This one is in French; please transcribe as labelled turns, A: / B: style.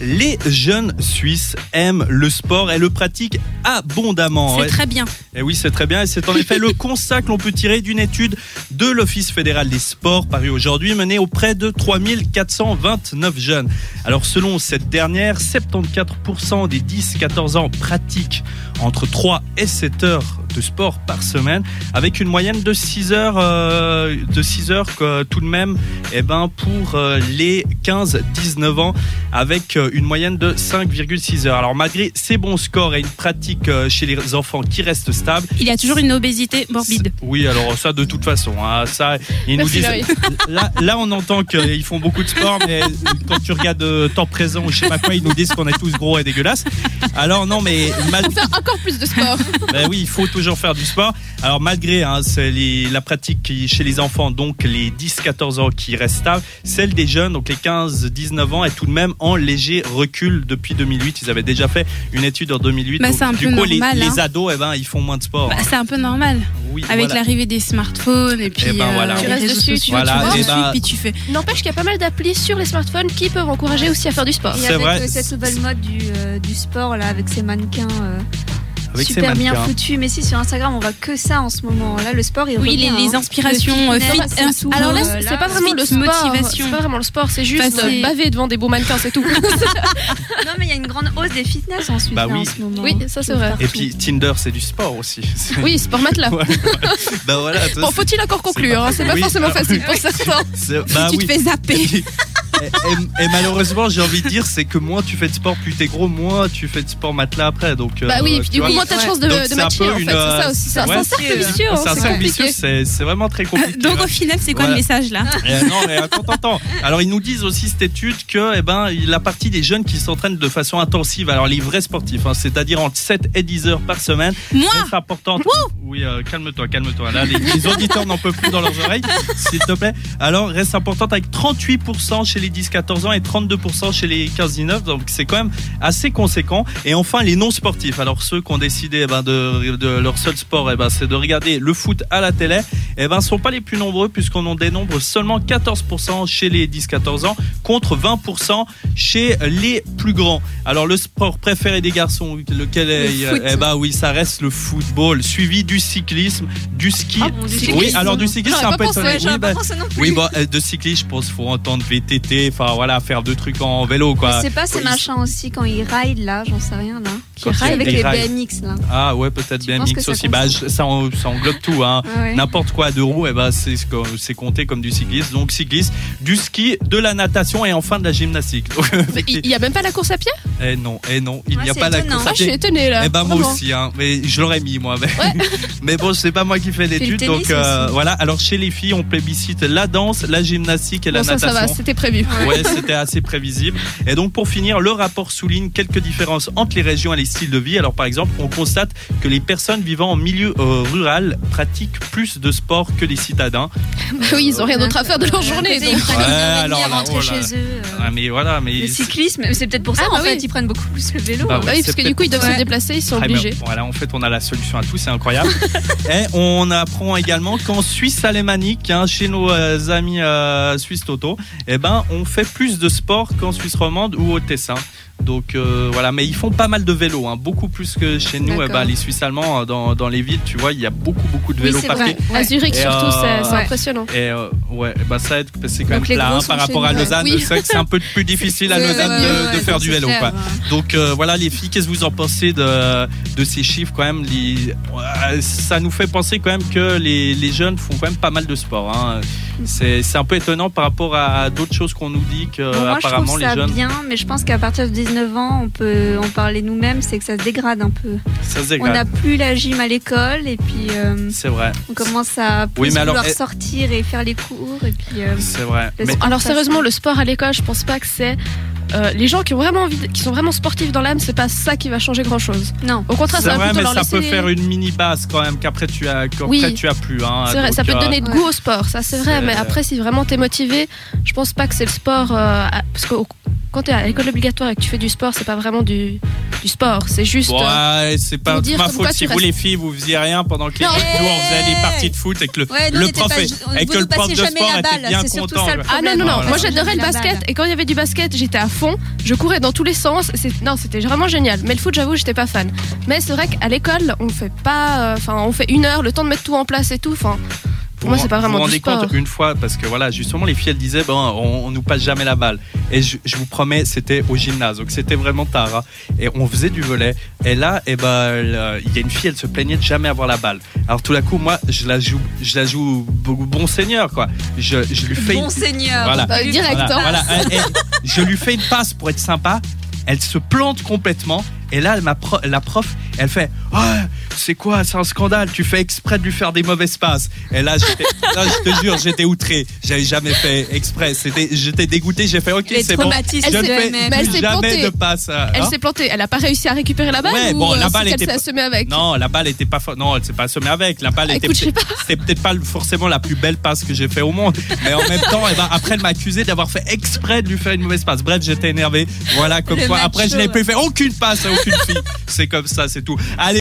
A: les jeunes Suisses aiment le sport et le pratiquent abondamment.
B: C'est très bien.
A: Et Eh oui, c'est très bien. Et c'est en effet le constat que l'on peut tirer d'une étude de l'Office fédéral des sports parue aujourd'hui, menée auprès de 3429 jeunes. Alors, selon cette dernière, 74% des 10-14 ans pratiquent entre 3 et 7 heures de sport par semaine, avec une moyenne de 6 heures, euh, de 6 heures euh, tout de même eh ben, pour euh, les 15-19 ans, avec euh, une moyenne de 5,6 heures. Alors malgré ces bons scores et une pratique euh, chez les enfants qui reste stable,
B: Il y a toujours une obésité morbide.
A: oui alors ça de toute façon, hein, ça ils nous
C: Merci,
A: disent.
C: Laurie.
A: Là, là, on entend qu'ils font beaucoup de sport, mais quand tu regardes euh, temps présent ou je sais pas quoi, ils nous disent qu'on est tous gros et dégueulasses. Alors non mais mal-
C: Faire encore plus de sport.
A: ben oui, il faut toujours faire du sport. Alors malgré hein, c'est les- la pratique qui- chez les enfants, donc les 10-14 ans qui reste stable, celle des jeunes, donc les 15-19 ans, est tout de même en léger recul depuis 2008. Ils avaient déjà fait une étude en 2008.
B: Bah,
A: donc,
B: c'est un
A: du
B: peu
A: coup, les-
B: normal,
A: les,
B: hein.
A: ados, eh ben, ils font moins de sport.
B: Bah,
A: hein.
B: c'est un peu normal
A: Oui,
B: avec
A: voilà.
B: l'arrivée des smartphones et puis
A: Eh ben,
B: euh,
A: voilà.
B: les
C: Tu restes
B: réseaux
C: dessus, tu
B: sociaux,
A: Voilà,
B: tu
A: et
B: restes
A: ben-
B: dessus, puis tu fais
C: N'empêche qu'il y a pas mal d'applis sur les smartphones qui peuvent encourager aussi à faire du sport.
D: Et
A: C'est
D: avec
A: vrai.
D: euh, cette nouvelle mode du, euh, du sport, là, avec ces mannequins euh,
A: Avec ces
D: super bien
A: mannequins.
D: foutus. Mais si, sur Instagram, on voit que ça en ce moment. Là, le sport, il
B: oui
D: revient,
B: les, les
D: hein.
B: inspirations
D: Le
B: euh,
D: fitness,
B: fit
D: c'est
B: and
D: tout.
B: cool.
C: Alors là,
D: Euh,
C: c'est
D: là,
C: pas vraiment le
B: speed,
C: sport. hein.
B: motivation.
C: C'est pas vraiment le sport, c'est juste
B: Enfin, c'est-
C: euh, baver devant des beaux mannequins, c'est tout.
D: Non, mais il y a une grande hausse des fitness en Suisse
A: Bah
D: là,
A: oui.
D: en ce moment.
C: Oui, ça, c'est vrai.
A: Et puis Tinder, c'est du sport aussi. C'est-
C: oui, sport matelas.
A: ben voilà. ça,
C: Bon, faut-il encore conclure hein, C'est pas
A: Oui,
C: forcément
A: ah,
C: facile pour certains.
A: c'est- bah
B: tu
A: oui.
B: te fais zapper
A: Et, et- et malheureusement, j'ai envie de dire, c'est que moins tu fais de sport, plus t'es gros, moins tu fais de sport matelas après. Donc,
C: Bah
A: euh,
C: oui, et puis
A: tu
C: du
A: vois.
C: coup, moins t'as de
B: ouais.
C: chances de,
A: Donc,
C: de
A: c'est un
C: matcher
A: peu
C: en fait.
A: une,
C: C'est ça
A: euh,
C: aussi, c'est un
A: ouais,
C: cercle
D: c'est-
C: vicieux. hein,
A: C'est un
C: c'est
A: cercle
C: compliqué.
A: vicieux, c'est c'est vraiment très compliqué.
B: donc au final c'est quoi
A: Voilà.
B: le message là
A: Euh, non, mais attends, attends, attends. Alors, ils nous disent aussi cette étude que eh ben, la partie des jeunes qui s'entraînent de façon intensive, alors les vrais sportifs, hein, c'est-à-dire entre 7 et 10 heures par semaine,
B: moi
A: c'est important. Oui, euh, calme-toi, calme-toi. Là, les, les auditeurs n'en peuvent plus dans leurs oreilles, s'il te plaît. Alors, reste importante avec 38% chez les 10-14 ans et 32% chez les 15-19. Donc, c'est quand même assez conséquent. Et enfin, les non-sportifs. Alors, ceux qui ont décidé eh ben, de, de leur seul sport, eh ben, c'est de regarder le foot à la télé, eh ben, sont pas les plus nombreux puisqu'on en dénombre seulement 14% chez les 10-14 ans contre 20% chez les plus grands. Alors, le sport préféré des garçons, lequel est
B: Le foot.
A: Eh ben, oui, ça reste le football, suivi du cyclisme, du ski.
D: Ah bon, du
A: oui,
D: cyclisme.
A: alors du cyclisme, c'est
C: J'aurais
A: un peu
C: pas pensé,
A: étonnant.
C: j'aurais
A: Oui, bah,
D: Pas ça non plus.
A: oui, bah, euh, de cyclisme, je pense, faut entendre VTT, enfin voilà, faire deux trucs en vélo,
D: Je
A: quoi.
D: sais pas ces
A: Oui.
D: machins aussi quand ils ride là, j'en sais rien là.
A: bah, Quand ils
D: avec les
A: ride.
D: BMX là.
A: Ah ouais, peut-être
D: Tu penses que
A: BMX
D: ça
A: aussi. Bah, je- ça, en- ça englobe tout, hein.
D: Ah ouais.
A: N'importe quoi à deux roues, eh ben, c'est ce que- c'est compté comme du cyclisme. Donc cycliste, du ski, de la natation et enfin de la gymnastique. Donc,
C: Mais Il il y a même pas la course à pied
A: eh non, eh non, il
D: Ouais,
A: n'y a
D: c'est
A: pas la
D: étonnant.
A: course à
C: Ah, je suis
A: pied.
C: étonnée là.
A: Eh ben moi
C: Vraiment.
A: aussi, hein, mais je l'aurais mis moi. Mais, mais bon, c'est pas moi qui fais l'étude,
D: tennis
A: donc euh,
D: aussi.
A: voilà. Alors chez les filles, on plébiscite la danse, la gymnastique et la
C: Bon, ça, ça va,
A: natation.
C: c'était prévu.
A: Ouais, c'était assez prévisible. Et donc pour finir, le rapport souligne quelques différences entre les régions et les styles de vie. Alors par exemple, on constate que les personnes vivant en milieu euh, rural pratiquent plus de sport que les citadins.
C: Bah oui, ils ont rien d'autre à faire de leur journée.
D: Ils
C: donc.
D: prennent une
A: Ouais,
D: heure et demie
A: alors
D: à
A: là,
D: rentrer
A: oh là.
D: chez eux. euh.
A: Ah, mais voilà, mais
D: Le cyclisme, mais c'est peut-être pour ça
C: Ah, bah
D: en fait,
C: oui.
D: ils prennent beaucoup plus le vélo.
A: Bah
D: hein.
C: Bah oui,
A: c'est
C: parce que
A: peut-être
C: du coup, ils doivent
D: pour ça.
C: se déplacer, ils sont
A: Ah, mais
C: obligés.
A: voilà, en fait, on a la solution à tout, c'est incroyable. Et on apprend également qu'en Suisse alémanique, hein, chez nos euh, amis euh, suisses Toto, eh ben, on fait plus de sport qu'en Suisse romande ou au Tessin. Donc euh, voilà, mais ils font pas mal de vélo, hein, beaucoup plus que chez nous. Eh ben,
D: D'accord.
A: les Suisses allemands, euh, dans, dans les villes, tu vois, il y a beaucoup, beaucoup de
C: Oui,
A: vélos
C: c'est
A: parqués.
C: vrai. À Zurich,
A: Et,
C: surtout,
A: euh,
C: c'est c'est
D: ouais.
C: impressionnant.
A: Et euh, ouais, bah ça aide, parce que c'est quand
C: Donc
A: même
C: les
A: plat
C: gros
A: hein,
C: sont
A: par
C: chez
A: rapport à
C: nous, ouais.
A: Lausanne.
C: Oui.
A: C'est vrai que c'est un peu plus difficile à
D: Ouais,
A: Lausanne
D: ouais,
A: de,
D: ouais,
A: de
D: ouais,
A: faire
D: ça,
A: du
D: c'est
A: vélo.
D: clair, hein.
A: Quoi.
D: ouais.
A: Donc euh, voilà les filles, qu'est-ce que vous en pensez de, de ces chiffres quand même les, ouais, Ça nous fait penser quand même que les, les jeunes font quand même pas mal de sport. hein. C'est c'est un peu étonnant par rapport à d'autres choses qu'on nous dit que
D: Bon, moi, je
A: Euh, apparemment
D: trouve
A: les
D: ça
A: jeunes
D: bien, mais je pense qu'à partir de 19 ans, on peut en parler nous-mêmes, c'est que ça se dégrade un peu.
A: ça se
D: On n'a
A: dégrade.
D: plus la gym à l'école et puis euh,
A: C'est vrai,
D: on commence à plus
A: Oui, mais alors,
D: vouloir
A: eh-
D: sortir et faire les cours et puis euh,
A: c'est vrai.
D: le
A: Mais-
D: sport,
C: Alors
D: ça
C: sérieusement, le sport à l'école, je pense pas que c'est euh, les gens qui ont vraiment envie, de- qui sont vraiment sportifs dans l'âme, c'est pas ça qui va changer grand chose.
D: se- non.
C: Au contraire,
A: C'est
C: ça va
A: vrai,
C: plutôt
A: mais
C: leur
A: ça
C: laisser.
A: peut faire une mini base quand même qu'après tu as qu'après
C: Oui.
A: tu as plus. Hein,
C: C'est vrai, ça
A: Donc,
C: peut te
A: euh,
C: donner de
D: Ouais.
C: goût au sport, ça c'est vrai.
A: C'est-
C: Mais après, si vraiment t'es motivé, je pense pas que c'est le sport, euh, à- parce que quand t'es à l'école obligatoire et que tu fais du sport, c'est pas vraiment du, du sport, c'est juste.
A: Bon,
C: euh,
A: ouais, c'est pas
C: pour dire
A: ma
C: comme
A: faute
C: quoi
A: si
C: tu
A: vous les filles vous faisiez rien pendant que les
D: Non.
A: nous on faisait des
D: Ouais.
A: parties de foot et que le,
D: Ouais, nous, on
A: le
D: était
A: prof
D: pas-
A: est-
D: on-
A: et
D: vous
A: que le
D: nous
A: prof
D: passiez
A: de
D: jamais
A: sport
D: la
A: était
D: balle,
A: bien
D: c'est surtout
A: content.
D: ça
A: quoi.
D: le
C: Ah non,
D: problème,
C: non, non,
A: voilà.
C: moi j'adorais le
D: La
C: basket
D: balle.
C: et quand il y avait du basket, j'étais à fond, je courais dans tous les sens, et c'est- non, c'était vraiment génial. Mais le foot, j'avoue, j'étais pas fan. Mais c'est vrai qu'à l'école, on fait pas. euh, Enfin, on fait une heure, le temps de mettre tout en place et tout. Enfin, pour moi, c'est pas vraiment
A: Vous vous
C: du
A: rendez
C: sport.
A: compte une fois parce que voilà justement les filles elles disaient bon on, on nous passe jamais la balle et je, je vous promets c'était au gymnase donc c'était vraiment tard hein. et on faisait du volet et là et ben euh, il y a une fille elle se plaignait de jamais avoir la balle alors tout à coup moi je la joue je la joue bon, bon seigneur quoi je, je lui fais
D: Bon
A: une-
D: seigneur.
A: Voilà.
C: Bah, direct,
A: Ah, voilà,
C: hein.
A: voilà. Elle- elle- je lui fais une passe pour être sympa. Elle se plante complètement. Et là, elle m'a pro- la prof, elle fait Ah, C'est quoi C'est un scandale. Tu fais exprès de lui faire des mauvaises passes. Et là, j'étais- là, je te jure, j'étais outré. J'avais jamais fait exprès. C'était- J'étais dégoûté. J'ai fait Ok,
D: Les
A: c'est bon.
D: traumatismes
A: Je ne
C: elle s'est-
A: fais
D: même.
C: mais elle
A: plus
C: s'est
A: jamais
C: plantée.
A: de passe. euh,
C: Elle
A: hein.
C: s'est plantée, elle a pas réussi à récupérer la balle
A: Ouais,
C: ou
A: bon, la
C: euh,
A: balle était
C: c'est qu'elle s'est
A: pas-
C: assommée avec
A: Non, la balle était pas fa- non, elle s'est pas assommée avec. La balle
C: Ah,
A: était
C: écoute, je sais
A: peut-être- c'est peut-être pas forcément la plus belle passe que j'ai fait au monde, mais en même temps, eh ben, après elle m'a accusé d'avoir fait exprès de lui faire une mauvaise passe. Bref, j'étais énervé. Voilà comme
D: Le
A: quoi. Après, je
D: macho.
A: n'ai plus fait aucune passe à aucune fille. C'est comme ça, c'est tout. Allez.